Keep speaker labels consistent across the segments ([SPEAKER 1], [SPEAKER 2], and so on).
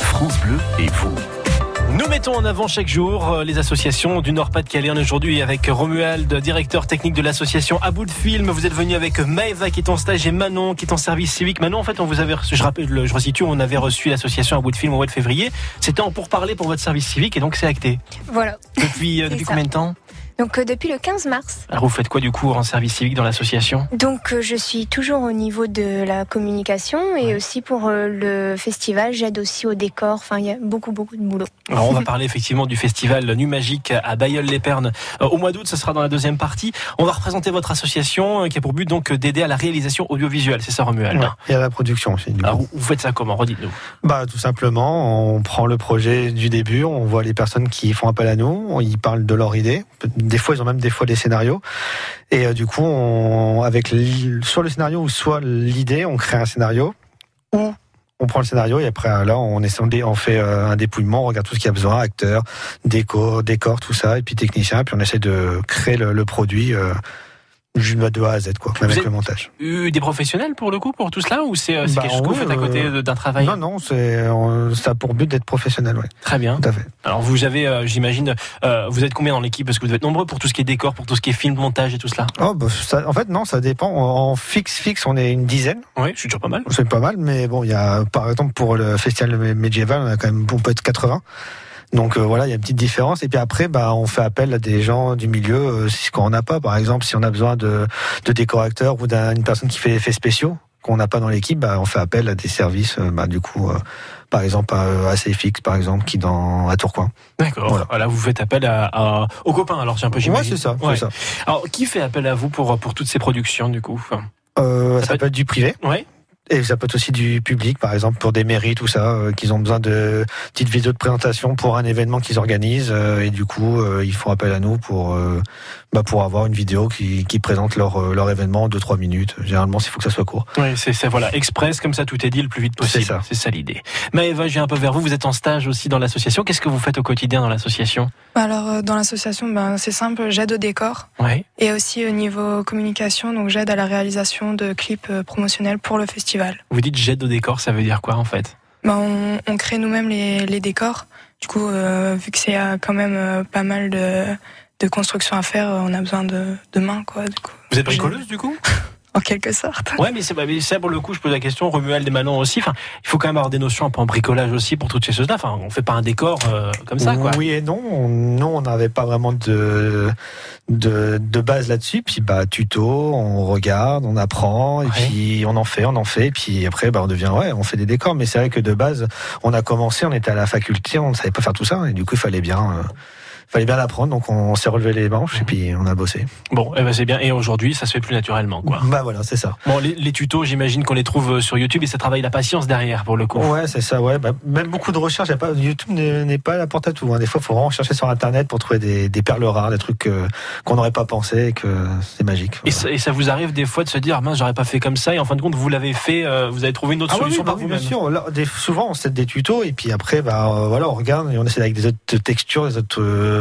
[SPEAKER 1] France Bleu et vous.
[SPEAKER 2] Nous mettons en avant chaque jour euh, les associations du Nord-Pas-de-Calais. On est Aujourd'hui avec Romuald, directeur technique de l'association À bout de film. Vous êtes venu avec Maëva qui est en stage et Manon qui est en service civique. Manon, en fait, on vous avait, reçu- je rappelle, je resitue, on avait reçu l'association À bout de film au mois de février. C'était en pourparlers pour votre service civique et donc c'est acté.
[SPEAKER 3] Voilà.
[SPEAKER 2] Depuis, euh,
[SPEAKER 3] C'est
[SPEAKER 2] depuis
[SPEAKER 3] ça.
[SPEAKER 2] combien de temps
[SPEAKER 3] Donc euh, depuis le 15 mars.
[SPEAKER 2] Alors vous faites quoi du coup en service civique dans l'association
[SPEAKER 3] Donc euh, je suis toujours au niveau de la communication et
[SPEAKER 2] Ouais.
[SPEAKER 3] aussi pour euh, le festival, j'aide aussi au décor. Enfin, il y a beaucoup beaucoup de boulot.
[SPEAKER 2] Alors on va parler effectivement du festival Nu Magique à Bayeul-les-Pernes Euh, au mois d'août, ce sera dans la deuxième partie. On va représenter votre association euh, qui a pour but donc euh, d'aider à la réalisation audiovisuelle, c'est ça Romuald
[SPEAKER 4] Ouais, et à la production aussi. du
[SPEAKER 2] Alors
[SPEAKER 4] coup.
[SPEAKER 2] vous- vous faites ça comment Redites-nous.
[SPEAKER 4] Bah, tout simplement, on prend le projet du début, on voit les personnes qui font appel à nous, on- ils parlent de leur idée. Des fois, ils ont même des fois des scénarios. Et euh, du coup, on, avec l'i- soit le scénario ou soit l'idée, on crée un scénario ou on prend le scénario et après, euh, là, on, essaie- on dé- on fait euh, un dépouillement, on regarde tout ce qu'il y a besoin, acteurs, déco, décor, tout ça, et puis technicien, puis on essaie de créer le, le produit euh, ju- de A à Z, quoi, avec
[SPEAKER 2] êtes-
[SPEAKER 4] le montage.
[SPEAKER 2] Eu Euh, Des professionnels pour le coup pour tout cela ou c'est euh, c'est
[SPEAKER 4] Bah,
[SPEAKER 2] quelque chose que vous
[SPEAKER 4] oui,
[SPEAKER 2] faites à côté
[SPEAKER 4] euh,
[SPEAKER 2] de- d'un travail
[SPEAKER 4] Non, non, c'est on- ça a pour but d'être professionnel, oui,
[SPEAKER 2] Très bien.
[SPEAKER 4] tout à fait.
[SPEAKER 2] Alors vous avez, euh, j'imagine, euh, vous êtes combien dans l'équipe parce que vous êtes nombreux pour tout ce qui est décor, pour tout ce qui est film, montage et tout cela.
[SPEAKER 4] Oh, bah, ça- en fait, non, ça dépend. En en fixe, fixe, on est une dizaine,
[SPEAKER 2] Oui, je suis toujours pas mal.
[SPEAKER 4] c'est pas mal, mais bon, il y a, par exemple, pour le festival mé- médiéval, on a quand même, on peut être 80. Donc euh, voilà, il y a une petite différence. Et puis après, bah, on fait appel à des gens du milieu, euh, si ce qu'on n'a pas. Par exemple, si on a besoin de, de décorateurs ou d'une personne qui fait des effets spéciaux qu'on n'a pas dans l'équipe, bah, on fait appel à des services, euh, bah, du coup, euh, par exemple, à, à CFX, par exemple, qui est dans, à Tourcoing.
[SPEAKER 2] D'accord. Voilà.
[SPEAKER 4] Voilà.
[SPEAKER 2] vous faites appel à, à- aux copains. Alors c'est un peu
[SPEAKER 4] Ouais,
[SPEAKER 2] j'imagine.
[SPEAKER 4] c'est ça, c'est
[SPEAKER 2] Ouais.
[SPEAKER 4] ça.
[SPEAKER 2] Alors qui fait appel à vous pour pour toutes ces productions du coup
[SPEAKER 4] Euh,
[SPEAKER 2] Ça
[SPEAKER 4] ça,
[SPEAKER 2] peut
[SPEAKER 4] peut être du privé.
[SPEAKER 2] Ouais.
[SPEAKER 4] Et ça peut être aussi du public, par exemple, pour des mairies, tout ça, euh, qu'ils ont besoin de petites vidéos de présentation pour un événement qu'ils organisent. euh, et du coup, euh, ils font appel à nous pour, euh, bah, pour avoir une vidéo qui, qui présente leur, euh, leur événement en 2-3 minutes. Généralement, il faut que ça soit court.
[SPEAKER 2] Oui, c'est ça. Voilà, express comme ça, tout est dit le plus vite possible.
[SPEAKER 4] C'est ça.
[SPEAKER 2] l'idée. Maëva, j'ai un peu vers vous. Vous êtes en stage aussi dans l'association. Qu'est-ce que vous faites au quotidien dans l'association
[SPEAKER 5] Alors euh, dans l'association, ben, c'est simple, j'aide au décor
[SPEAKER 2] Oui.
[SPEAKER 5] et aussi au niveau communication, donc j'aide à la réalisation de clips euh, promotionnels pour le festival.
[SPEAKER 2] Vous dites jet de décor, ça veut dire quoi en fait
[SPEAKER 5] Ben, on, on crée nous-mêmes les, les décors, du coup euh, vu que c'est euh, quand même euh, pas mal de, de construction à faire, euh, on a besoin de, de mains quoi, du coup,
[SPEAKER 2] Vous êtes
[SPEAKER 5] bricoleuse,
[SPEAKER 2] du coup
[SPEAKER 5] en quelque sorte.
[SPEAKER 2] Ouais, mais c'est bah, mais ça pour le coup, je pose la question. Romuald et Manon aussi. Enfin, il faut quand même avoir des notions un peu en bricolage aussi pour toutes ces choses-là. Enfin, on fait pas un décor euh, comme ça, quoi.
[SPEAKER 4] Oui et non. On- Non, on n'avait pas vraiment de, de, de base là-dessus. Puis, bah, tuto, on regarde, on apprend, et
[SPEAKER 2] Ouais.
[SPEAKER 4] puis on en fait, on en fait. Et puis après, bah, on devient, ouais, on fait des décors. Mais c'est vrai que de base, on a commencé, on était à la faculté, on ne savait pas faire tout ça. Et du coup, il fallait bien, euh, fallait bien l'apprendre. Donc, on, s'est relevé les manches, et puis on a bossé.
[SPEAKER 2] Bon, eh ben, c'est bien. Et aujourd'hui, ça se fait plus naturellement, quoi.
[SPEAKER 4] Bah, voilà, c'est ça.
[SPEAKER 2] Bon, les, les tutos, j'imagine qu'on les trouve euh, sur YouTube et ça travaille la patience derrière pour le coup.
[SPEAKER 4] Ouais, c'est ça, ouais. Bah, même beaucoup de recherches, y a pas, YouTube n'est n'est pas la porte à tout. hein. Des fois, il faut vraiment chercher sur Internet pour trouver des, des perles rares, des trucs euh, qu'on n'aurait pas pensé et que c'est magique.
[SPEAKER 2] Et
[SPEAKER 4] voilà.
[SPEAKER 2] ça, et ça vous arrive des fois de se dire, ah mince, j'aurais pas fait comme ça, et en fin de compte, vous l'avez fait, euh, vous avez trouvé une autre
[SPEAKER 4] Ah oui,
[SPEAKER 2] solution
[SPEAKER 4] oui, bah
[SPEAKER 2] par
[SPEAKER 4] oui,
[SPEAKER 2] vous-même.
[SPEAKER 4] bien sûr. Là, des- souvent, on set des tutos et puis après, bah, euh, voilà, on regarde et on essaie avec des autres textures, des autres euh,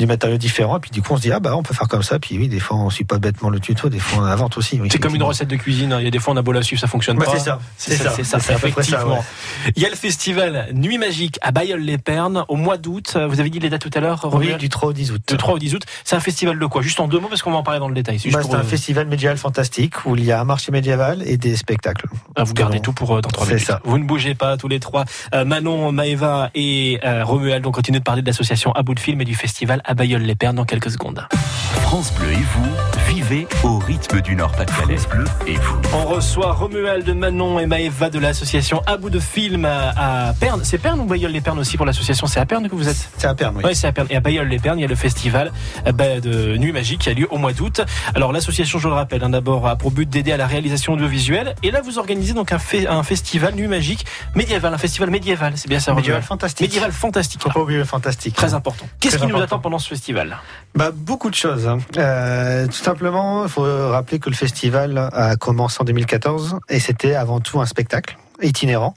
[SPEAKER 4] des matériaux différents. Et puis du coup, on se dit ah bah on peut faire comme ça. Puis oui, des fois, on suit pas bêtement le tuto, des fois on invente aussi. oui,
[SPEAKER 2] C'est comme une
[SPEAKER 4] effectivement.
[SPEAKER 2] recette de cuisine, hein. il y a des fois on a beau la suivre, ça fonctionne
[SPEAKER 4] Bah,
[SPEAKER 2] pas.
[SPEAKER 4] c'est ça,
[SPEAKER 2] C'est ça, c'est ça,
[SPEAKER 4] c'est à peu près ça,
[SPEAKER 2] effectivement.
[SPEAKER 4] ouais.
[SPEAKER 2] Il y a le festival Nuit Magique à Bayeul-les-Pernes au mois d'août. Euh, Vous avez dit les dates tout à l'heure,
[SPEAKER 4] Oui,
[SPEAKER 2] Romuald
[SPEAKER 4] du 3 au 10 août.
[SPEAKER 2] du 3 au 10 août. C'est un festival de quoi Juste en deux mots, parce qu'on va en parler dans le détail. C'est juste
[SPEAKER 4] Bah,
[SPEAKER 2] pour,
[SPEAKER 4] c'est un
[SPEAKER 2] euh,
[SPEAKER 4] festival médiéval fantastique où il y a un marché médiéval et des spectacles.
[SPEAKER 2] Ah, vous gardez
[SPEAKER 4] Pardon.
[SPEAKER 2] tout pour euh, dans trois
[SPEAKER 4] C'est
[SPEAKER 2] minutes.
[SPEAKER 4] ça.
[SPEAKER 2] Vous ne bougez pas tous les trois. Euh, Manon, Maëva et euh, Romuald, on continue de parler de l'association à bout de film et du festival à Bayeul-les-Pernes dans quelques secondes.
[SPEAKER 1] France Bleu et vous, vivez au rythme du Nord-Pas-de-Calais. France Bleu et vous.
[SPEAKER 2] On reçoit Romuald, Manon et Maëva de l'association à bout de film euh, à, à Pernes. C'est Pernes ou Bayeul-les-Pernes aussi pour l'association C'est à Pernes que vous êtes
[SPEAKER 4] C'est à Pernes, oui.
[SPEAKER 2] Ouais, c'est à Pernes. Et à Bayeul-les-Pernes, il y a le festival euh, bah, de Nuit Magique qui a lieu au mois d'août. Alors, l'association, je le rappelle, hein, d'abord a pour but d'aider à la réalisation audiovisuelle. Et là, vous organisez donc un, fe- un festival Nuit Magique médiéval, un festival médiéval. C'est bien ça,
[SPEAKER 4] Médiéval
[SPEAKER 2] Romuald
[SPEAKER 4] fantastique.
[SPEAKER 2] Médiéval fantastique.
[SPEAKER 4] Faut pas oublier le fantastique.
[SPEAKER 2] Très important. Qu'est-ce qui
[SPEAKER 4] Très
[SPEAKER 2] nous
[SPEAKER 4] important.
[SPEAKER 2] attend pendant ce festival
[SPEAKER 4] Bah, beaucoup de choses. hein. Euh, tout simplement, il faut rappeler que le festival a commencé en 2014 et c'était avant tout un spectacle itinérant,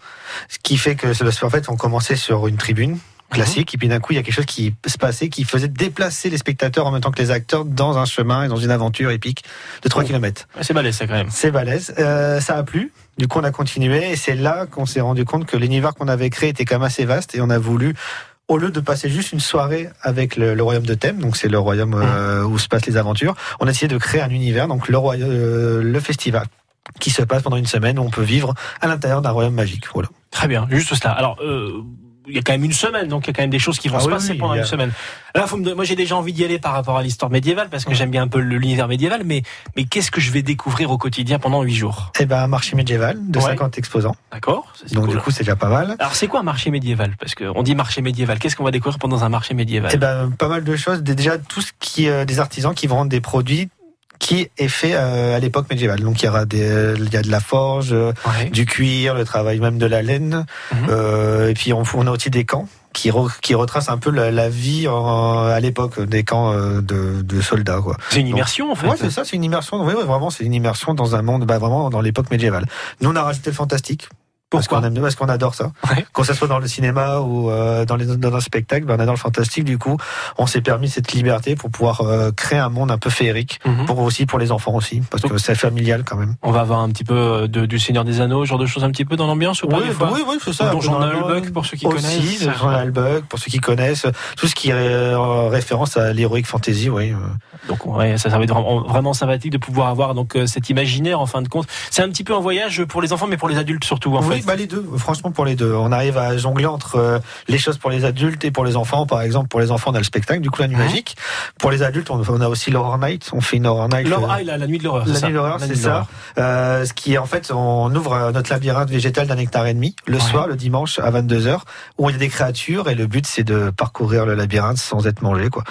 [SPEAKER 4] ce qui fait que en fait on commençait sur une tribune
[SPEAKER 2] Mhm.
[SPEAKER 4] classique. Et puis d'un coup, il y a quelque chose qui se passait, qui faisait déplacer les spectateurs en même temps que les acteurs dans un chemin et dans une aventure épique de 3
[SPEAKER 2] Oh.
[SPEAKER 4] km.
[SPEAKER 2] Ouais, C'est balèze ça quand même.
[SPEAKER 4] C'est balèze. Euh, ça a plu. Du coup, on a continué et c'est là qu'on s'est rendu compte que l'univers qu'on avait créé était quand même assez vaste et on a voulu, au lieu de passer juste une soirée avec le, le royaume de Thème, donc c'est le royaume
[SPEAKER 2] Mm.
[SPEAKER 4] euh, où se passent les aventures, on a essayé de créer un univers, donc le royaume, euh, le festival qui se passe pendant une semaine où on peut vivre à l'intérieur d'un royaume magique. Voilà.
[SPEAKER 2] Très bien, juste cela. Alors, euh, il y a quand même une semaine, donc il y a quand même des choses qui vont
[SPEAKER 4] Ah
[SPEAKER 2] se
[SPEAKER 4] oui,
[SPEAKER 2] passer
[SPEAKER 4] oui,
[SPEAKER 2] pendant
[SPEAKER 4] il y a-
[SPEAKER 2] une semaine. Là, faut me don- moi j'ai déjà envie d'y aller par rapport à l'histoire médiévale, parce que
[SPEAKER 4] Ouais.
[SPEAKER 2] j'aime bien un peu le- l'univers médiéval, mais, mais qu'est-ce que je vais découvrir au quotidien pendant huit jours
[SPEAKER 4] Et ben, un marché médiéval de
[SPEAKER 2] Ouais.
[SPEAKER 4] 50 exposants.
[SPEAKER 2] D'accord Ça, c'est
[SPEAKER 4] Donc
[SPEAKER 2] cool.
[SPEAKER 4] du coup, c'est déjà pas mal.
[SPEAKER 2] Alors, c'est quoi un marché médiéval Parce qu'on dit marché médiéval, qu'est-ce qu'on va découvrir pendant un marché médiéval
[SPEAKER 4] Eh ben, pas mal de choses. Dé- Déjà, tout ce qui, euh, des artisans qui vendent des produits qui est fait euh, à l'époque médiévale. Donc, il y aura des, euh, il y a de la forge, euh,
[SPEAKER 2] Ouais.
[SPEAKER 4] du cuir, le travail même de la laine.
[SPEAKER 2] Mhm.
[SPEAKER 4] Euh, et puis, on, f- on a aussi des camps qui, re- qui retracent un peu la, la vie en- à l'époque des camps euh, de, de soldats. Quoi.
[SPEAKER 2] C'est une immersion en fait.
[SPEAKER 4] Ouais, c'est ça, c'est une immersion. Oui, ouais, vraiment, c'est une immersion dans un monde, bah, vraiment dans l'époque médiévale. Nous, on a rajouté le fantastique. Parce
[SPEAKER 2] Pourquoi
[SPEAKER 4] qu'on aime, parce qu'on adore ça.
[SPEAKER 2] Ouais.
[SPEAKER 4] Qu'on ce soit dans le cinéma ou euh, dans, les, dans un spectacle, ben, on adore le fantastique. Du coup, on s'est permis cette liberté pour pouvoir euh, créer un monde un peu féerique.
[SPEAKER 2] Mhm.
[SPEAKER 4] Pour aussi pour les enfants aussi, parce que c'est familial quand même.
[SPEAKER 2] On va avoir un petit peu euh, de, du Seigneur des Anneaux, ce genre de choses un petit peu dans l'ambiance ou pas des fois
[SPEAKER 4] oui, c'est
[SPEAKER 2] Ou Donjon Nullbuck, pour ceux qui
[SPEAKER 4] Aussi,
[SPEAKER 2] connaissent.
[SPEAKER 4] Donjon Nullbuck, pour ceux qui connaissent, tout ce qui est euh, référence à l'heroic fantasy, oui. euh,
[SPEAKER 2] Donc ouais, ça, ça va être vraiment, vraiment sympathique de pouvoir avoir donc euh, cet imaginaire en fin de compte. C'est un petit peu un voyage pour les enfants, mais pour les adultes surtout en
[SPEAKER 4] oui,
[SPEAKER 2] fait.
[SPEAKER 4] bah les deux. Franchement, pour les deux, on arrive à jongler entre euh, les choses pour les adultes et pour les enfants. Par exemple, pour les enfants, on a le spectacle, du coup la nuit
[SPEAKER 2] Mhm.
[SPEAKER 4] magique. Pour les adultes, on, on a aussi l'horror night. On fait une horror night.
[SPEAKER 2] L'horreur-
[SPEAKER 4] euh,
[SPEAKER 2] ah, la, la nuit de l'horreur.
[SPEAKER 4] La
[SPEAKER 2] ça
[SPEAKER 4] nuit de
[SPEAKER 2] La
[SPEAKER 4] l'horreur, c'est
[SPEAKER 2] nuit de
[SPEAKER 4] ça. Euh, ce qui est en fait, on ouvre euh, notre labyrinthe végétal d'un hectare et demi le
[SPEAKER 2] Ouais.
[SPEAKER 4] soir, le dimanche à 22 h où il y a des créatures et le but c'est de parcourir le labyrinthe sans être mangé, quoi.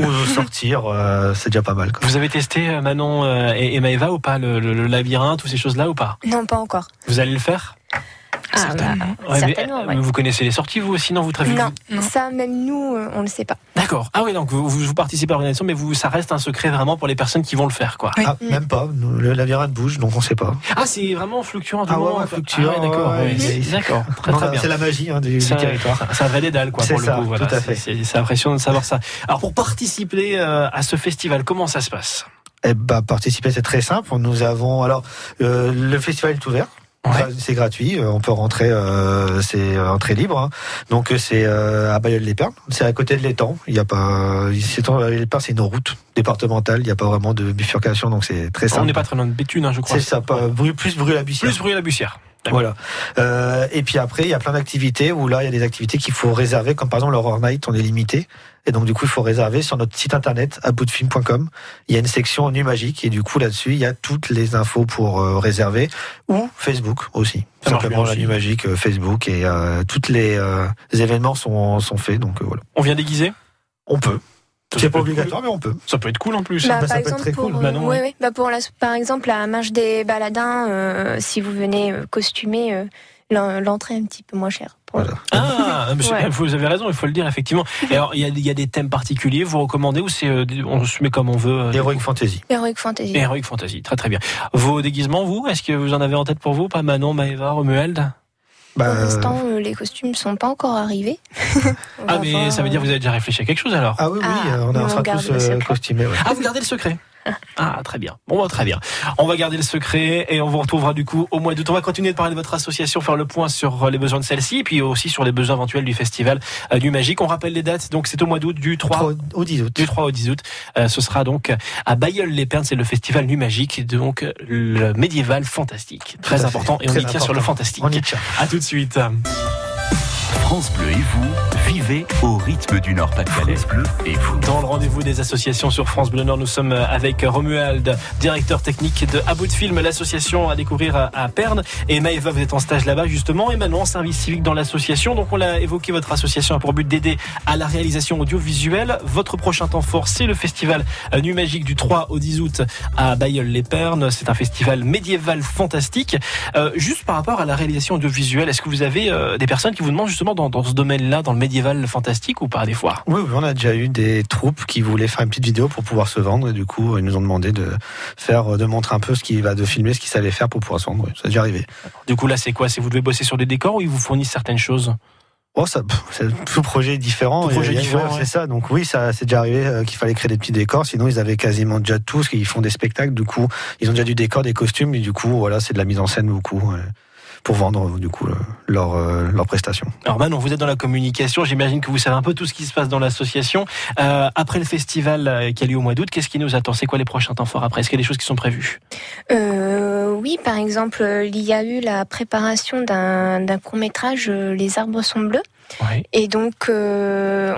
[SPEAKER 4] Ou de sortir, euh, c'est déjà pas mal. Quoi.
[SPEAKER 2] Vous avez testé euh, Manon euh, et, et Maëva ou pas le, le- le labyrinthe ou ces choses-là ou pas
[SPEAKER 3] Non, pas encore.
[SPEAKER 2] Vous allez le faire
[SPEAKER 5] certainement.
[SPEAKER 2] mais,
[SPEAKER 3] Ah, bah, Certainement,
[SPEAKER 2] euh,
[SPEAKER 3] ouais.
[SPEAKER 2] mais Vous connaissez les sorties vous aussi non vous travaillez
[SPEAKER 3] Non,
[SPEAKER 5] Non.
[SPEAKER 3] ça même nous, euh, on ne le sait pas.
[SPEAKER 2] D'accord. Ah oui donc vous, vous- vous participez à l'organisation mais vous ça reste un secret vraiment pour les personnes qui vont le faire quoi.
[SPEAKER 5] Oui.
[SPEAKER 4] Ah,
[SPEAKER 3] Mm.
[SPEAKER 4] même pas. nous, Le labyrinthe bouge, donc on sait pas.
[SPEAKER 2] Ah c'est vraiment fluctuant. du
[SPEAKER 4] Ah ouais,
[SPEAKER 2] moment,
[SPEAKER 4] ouais,
[SPEAKER 2] quoi.
[SPEAKER 4] fluctuant,
[SPEAKER 2] Ah ouais, d'accord.
[SPEAKER 4] ouais,
[SPEAKER 2] oui.
[SPEAKER 4] c'est-
[SPEAKER 2] D'accord. Très
[SPEAKER 4] Non,
[SPEAKER 2] très
[SPEAKER 4] non,
[SPEAKER 2] bien.
[SPEAKER 4] c'est la magie hein, du, du
[SPEAKER 2] C'est un-
[SPEAKER 4] territoire.
[SPEAKER 2] C'est un vrai dédale, quoi,
[SPEAKER 4] C'est
[SPEAKER 2] pour
[SPEAKER 4] ça,
[SPEAKER 2] le coup. Voilà,
[SPEAKER 4] tout à
[SPEAKER 2] c'est-
[SPEAKER 4] fait.
[SPEAKER 2] C'est c'est impressionnant de savoir ça. Alors, pour participer euh, à ce festival, comment ça se passe
[SPEAKER 4] Eh ben, participer, c'est très simple. Nous avons alors euh, le festival est ouvert.
[SPEAKER 2] Ouais.
[SPEAKER 4] Gra- C'est gratuit, euh, on peut rentrer, euh, c'est euh, entrée libre. hein. Donc euh, c'est euh, à bayeul les perles c'est à côté de l'étang. Il y a pas, c'est les perles c'est une route départementale. Il n'y a pas vraiment de bifurcation, donc c'est très simple.
[SPEAKER 2] On n'est pas très loin de Béthune, hein, je crois.
[SPEAKER 4] c'est ça, pas, brûle- plus brûle la Bussière.
[SPEAKER 2] Plus bruit à la bussière. D'accord.
[SPEAKER 4] Voilà. Euh, et puis après, il y a plein d'activités où là, il y a des activités qu'il faut réserver, comme par exemple l'Horror Night, on est limité. Et donc, du coup, il faut réserver sur notre site internet, aboutdefilm.com. Il y a une section nu magique, et du coup, là-dessus, il y a toutes les infos pour euh, réserver, ou Facebook aussi.
[SPEAKER 2] Ça marche
[SPEAKER 4] Simplement,
[SPEAKER 2] bien
[SPEAKER 4] la
[SPEAKER 2] aussi.
[SPEAKER 4] nu magique, euh, Facebook, et euh, toutes les euh, les événements sont, sont faits, donc euh, voilà.
[SPEAKER 2] On vient déguiser
[SPEAKER 4] On peut.
[SPEAKER 2] Ça, ça
[SPEAKER 4] C'est
[SPEAKER 2] peut
[SPEAKER 4] pas
[SPEAKER 2] être
[SPEAKER 4] obligatoire, mais on peut.
[SPEAKER 2] cool. Ça peut être cool en plus.
[SPEAKER 4] bah,
[SPEAKER 3] par
[SPEAKER 4] ça peut être
[SPEAKER 3] exemple
[SPEAKER 4] très
[SPEAKER 3] pour,
[SPEAKER 4] cool.
[SPEAKER 3] euh,
[SPEAKER 2] Manon,
[SPEAKER 3] ouais, ouais. Bah, pour la, par exemple la marche des baladins, euh, si vous venez euh, costumer, euh, l'en- l'entrée est un petit peu moins chère. pour
[SPEAKER 4] Voilà.
[SPEAKER 2] Ah, monsieur,
[SPEAKER 3] Ouais.
[SPEAKER 2] vous avez raison, il faut le dire, effectivement. Et alors, il y a, il y a des thèmes particuliers, vous recommandez ou c'est euh, on se met comme on veut euh,
[SPEAKER 4] Heroic Fantasy.
[SPEAKER 3] Heroic Fantasy.
[SPEAKER 2] Heroic Fantasy, très très bien. Vos déguisements, vous, est-ce que vous en avez en tête pour vous Pas Manon, Maëva, Romuald
[SPEAKER 4] Bah,
[SPEAKER 3] Pour l'instant, euh, les costumes sont pas encore arrivés. On
[SPEAKER 2] Ah,
[SPEAKER 3] va
[SPEAKER 2] mais
[SPEAKER 3] voir,
[SPEAKER 2] ça veut dire
[SPEAKER 3] euh,
[SPEAKER 2] que vous avez déjà réfléchi à quelque chose alors
[SPEAKER 4] ah oui, oui,
[SPEAKER 3] Ah,
[SPEAKER 4] euh, on,
[SPEAKER 3] mais on
[SPEAKER 4] sera
[SPEAKER 3] garde
[SPEAKER 4] tous
[SPEAKER 3] le
[SPEAKER 4] euh,
[SPEAKER 3] secret.
[SPEAKER 4] costumés. ouais.
[SPEAKER 2] Ah, vous gardez le secret Ah, très bien. Bon, bah, très bien. On va garder le secret et on vous retrouvera du coup au mois d'août. On va continuer de parler de votre association, faire le point sur euh, les besoins de celle-ci, puis aussi sur les besoins éventuels du festival euh, du Magique. On rappelle les dates, donc c'est au mois d'août du 3
[SPEAKER 4] Trois au 10 août.
[SPEAKER 2] du 3 au 10 août, Euh, ce sera donc à Bayeul-les-Pernes, c'est le festival nu magique, donc euh, le médiéval fantastique. Très
[SPEAKER 4] à fait.
[SPEAKER 2] important, et on
[SPEAKER 4] Très
[SPEAKER 2] y tient sur le
[SPEAKER 4] important.
[SPEAKER 2] fantastique.
[SPEAKER 4] On y tient.
[SPEAKER 2] À tout de suite.
[SPEAKER 1] France Bleu et vous, vivez au rythme du Nord-Pas-de-Calais. Bleu et vous.
[SPEAKER 2] Dans le rendez-vous des associations sur France Bleu Nord, nous sommes avec Romuald, directeur technique de À bout de film, l'association à découvrir à- à Perne. Et Maëva, vous êtes en stage là-bas justement, et maintenant en service civique dans l'association. Donc on l'a évoqué, votre association a pour but d'aider à la réalisation audiovisuelle. Votre prochain temps fort, c'est le festival euh, Nu Magique du 3 au 10 août à Bayeul-les-Pernes. C'est un festival médiéval fantastique. Euh, juste par rapport à la réalisation audiovisuelle, est-ce que vous avez euh, des personnes qui vous demandent justement dans, dans ce domaine-là, dans le médiéval fantastique ou pas des fois
[SPEAKER 4] Oui, oui, on a déjà eu des troupes qui voulaient faire une petite vidéo pour pouvoir se vendre et du coup ils nous ont demandé de faire, de montrer un peu ce qu'ils va de filmer, ce qu'ils savaient faire pour pouvoir se vendre. Oui, ça a déjà arrivé.
[SPEAKER 2] Du coup, là, c'est quoi C'est vous devez bosser sur des décors ou ils vous fournissent certaines choses
[SPEAKER 4] Oh, ça, pff, c'est- tout projet est différent.
[SPEAKER 2] Tout
[SPEAKER 4] Et-
[SPEAKER 2] projet
[SPEAKER 4] et-
[SPEAKER 2] différent,
[SPEAKER 4] ouais,
[SPEAKER 2] ouais.
[SPEAKER 4] C'est ça. Donc oui, ça, c'est déjà arrivé euh, qu'il fallait créer des petits décors. Sinon, ils avaient quasiment déjà tout. Parce qu'ils font des spectacles. Du coup, ils ont déjà du décor, des costumes. Et du coup, voilà, c'est de la mise en scène beaucoup ouais, pour vendre euh, du coup le- leur euh, leur prestation.
[SPEAKER 2] Alors Manon, vous êtes dans la communication, j'imagine que vous savez un peu tout ce qui se passe dans l'association. Euh, après le festival euh, qui a lieu au mois d'août, qu'est-ce qui nous attend C'est quoi les prochains temps forts après Est-ce qu'il y a des choses qui sont prévues
[SPEAKER 3] Euh, oui, par exemple, euh, il y a eu la préparation d'un d'un court-métrage, euh, Les arbres sont bleus.
[SPEAKER 2] Oui.
[SPEAKER 3] Et donc, euh,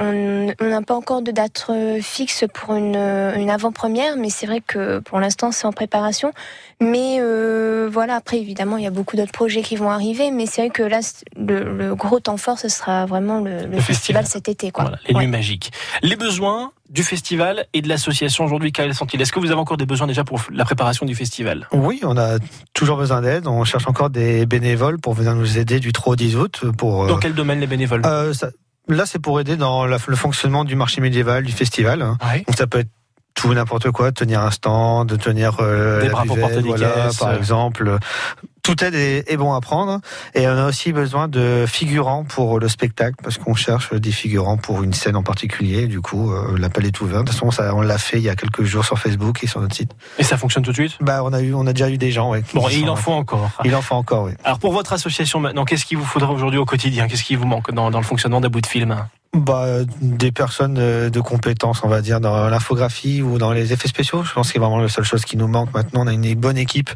[SPEAKER 3] on on n'a pas encore de date euh, fixe pour une, euh, une avant-première, mais c'est vrai que pour l'instant, c'est en préparation. Mais euh, voilà, après, évidemment, il y a beaucoup d'autres projets qui vont arriver, mais c'est vrai que là, c- le, le gros temps fort, ce sera vraiment le, le
[SPEAKER 2] festival.
[SPEAKER 3] festival cet été. Quoi.
[SPEAKER 2] Voilà, les
[SPEAKER 3] Ouais.
[SPEAKER 2] nuits magiques. Les besoins du festival et de l'association aujourd'hui, quels sont-ils Est-ce que vous avez encore des besoins déjà pour la préparation du festival
[SPEAKER 4] Oui, on a toujours besoin d'aide. On cherche encore des bénévoles pour venir nous aider du 3 au 10 août pour. euh,
[SPEAKER 2] Dans quel domaine les bénévoles
[SPEAKER 4] euh, ça- là, c'est pour aider dans la- le fonctionnement du marché médiéval, du festival. hein.
[SPEAKER 2] Euh, Ouais.
[SPEAKER 4] Donc ça peut être tout et n'importe quoi, tenir un stand, tenir euh,
[SPEAKER 2] Des
[SPEAKER 4] la
[SPEAKER 2] bras pour
[SPEAKER 4] buvette,
[SPEAKER 2] porter des
[SPEAKER 4] voilà,
[SPEAKER 2] caisses. euh.
[SPEAKER 4] par exemple. Toute aide est, est bon à prendre. Et on a aussi besoin de figurants pour le spectacle, parce qu'on cherche des figurants pour une scène en particulier. Du coup, euh, l'appel est ouvert. De toute façon, ça, on l'a fait il y a quelques jours sur Facebook et sur notre site.
[SPEAKER 2] Et ça fonctionne tout de suite
[SPEAKER 4] Bah, on a eu, on a déjà eu des gens. Ouais, qui
[SPEAKER 2] Bon, et
[SPEAKER 4] sont-
[SPEAKER 2] il en faut encore.
[SPEAKER 4] Il en faut encore, oui.
[SPEAKER 2] Alors pour votre association maintenant, qu'est-ce qu'il vous faudra aujourd'hui au quotidien Qu'est-ce qui vous manque dans, dans le fonctionnement d'un bout de film
[SPEAKER 4] Bah, euh, des personnes euh, de compétences, on va dire, dans l'infographie ou dans les effets spéciaux. Je pense que c'est vraiment la seule chose qui nous manque maintenant. On a une bonne équipe.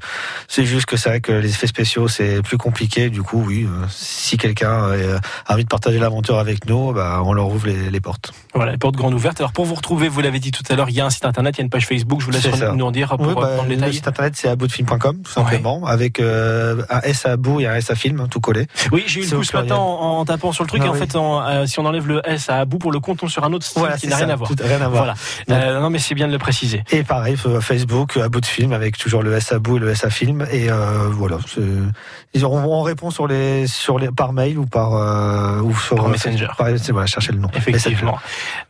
[SPEAKER 4] C'est juste que c'est vrai que les effets spéciaux, c'est plus compliqué. Du coup, oui, euh, si quelqu'un euh, a envie de partager l'aventure avec nous, bah, on leur ouvre les, les portes.
[SPEAKER 2] Voilà, les portes grandes ouvertes. Alors pour vous retrouver, vous l'avez dit tout à l'heure, il y a un site internet, il y a une page Facebook, je vous laisse
[SPEAKER 4] C'est ça.
[SPEAKER 2] nous en dire pour
[SPEAKER 4] Oui, bah,
[SPEAKER 2] euh, prendre le
[SPEAKER 4] le
[SPEAKER 2] détail.
[SPEAKER 4] site internet, c'est aboutfilm.com, tout simplement, avec euh, un S à bout et un S à film, tout collé.
[SPEAKER 2] Oui, j'ai eu le
[SPEAKER 4] C'est
[SPEAKER 2] coup
[SPEAKER 4] au
[SPEAKER 2] ce matin
[SPEAKER 4] pluriel.
[SPEAKER 2] en, en tapant sur le truc,
[SPEAKER 4] Ah
[SPEAKER 2] et en
[SPEAKER 4] oui.
[SPEAKER 2] fait, en, euh, si on enlève le S à bout, pour le compte, on sur un autre site qui
[SPEAKER 4] c'est
[SPEAKER 2] n'a rien
[SPEAKER 4] ça,
[SPEAKER 2] à voir.
[SPEAKER 4] tout- rien à voir.
[SPEAKER 2] Voilà. Euh, non, mais c'est bien de le préciser.
[SPEAKER 4] Et pareil, euh, Facebook, euh, à bout de film, avec toujours le SA bout et le SA film. Et euh, voilà, c'est- ils auront on répond sur les, sur les, par mail ou par, euh, ou sur
[SPEAKER 2] Par Messenger.
[SPEAKER 4] par- c'est- voilà, cherchez le nom.
[SPEAKER 2] Effectivement.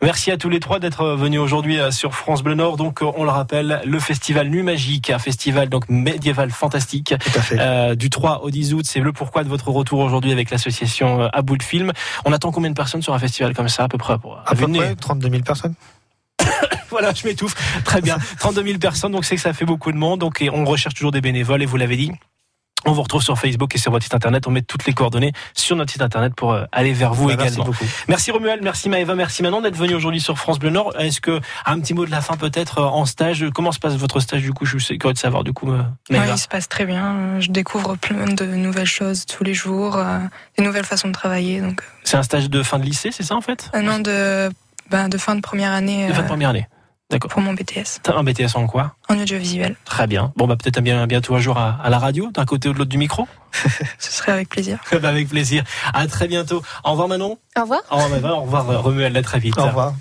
[SPEAKER 2] Merci à tous les trois d'être venus aujourd'hui euh, sur France Bleu Nord. Donc, euh, on le rappelle, le festival Nuit Magique, un festival donc médiéval fantastique.
[SPEAKER 4] Tout à fait.
[SPEAKER 2] euh, du 3 au 10 août, c'est le pourquoi de votre retour aujourd'hui avec l'association euh, à bout de film. On attend combien de personnes sur un festival comme ça à peu près pour euh,
[SPEAKER 4] à peu
[SPEAKER 2] venez.
[SPEAKER 4] près 32 000 personnes.
[SPEAKER 2] Voilà, je m'étouffe. Très bien. 32 000 personnes, donc c'est que ça fait beaucoup de monde. Donc et on recherche toujours des bénévoles et vous l'avez dit. On vous retrouve sur Facebook et sur votre site internet. On met toutes les coordonnées sur notre site internet pour euh, aller vers vous
[SPEAKER 4] Bah,
[SPEAKER 2] également.
[SPEAKER 4] Merci beaucoup.
[SPEAKER 2] Merci Romuald, merci Maëva, merci Manon d'être venu aujourd'hui sur France Bleu Nord. Est-ce que un petit mot de la fin peut-être euh, en stage euh, Comment se passe votre stage du coup Je suis curieux de savoir du coup. euh,
[SPEAKER 5] Ouais,
[SPEAKER 2] Maëva.
[SPEAKER 5] il se passe très bien. Euh, Je découvre plein de nouvelles choses tous les jours, euh, des nouvelles façons de travailler. Donc, euh,
[SPEAKER 2] C'est un stage de fin de lycée, c'est ça en fait
[SPEAKER 5] un an de, ben, de fin de première année
[SPEAKER 2] De fin de
[SPEAKER 5] euh,
[SPEAKER 2] première année. D'accord.
[SPEAKER 5] pour mon BTS
[SPEAKER 2] T'as un BTS en quoi
[SPEAKER 5] en audiovisuel.
[SPEAKER 2] Très bien. Bon bah peut-être un bien bientôt un jour à, à la radio, d'un côté ou de l'autre du micro.
[SPEAKER 5] Ce serait avec plaisir.
[SPEAKER 2] Bah, Avec plaisir. À très bientôt. Au revoir Manon.
[SPEAKER 3] Au revoir.
[SPEAKER 2] Au revoir Maëva. Au revoir euh, Romuald. À très vite.
[SPEAKER 4] Au revoir.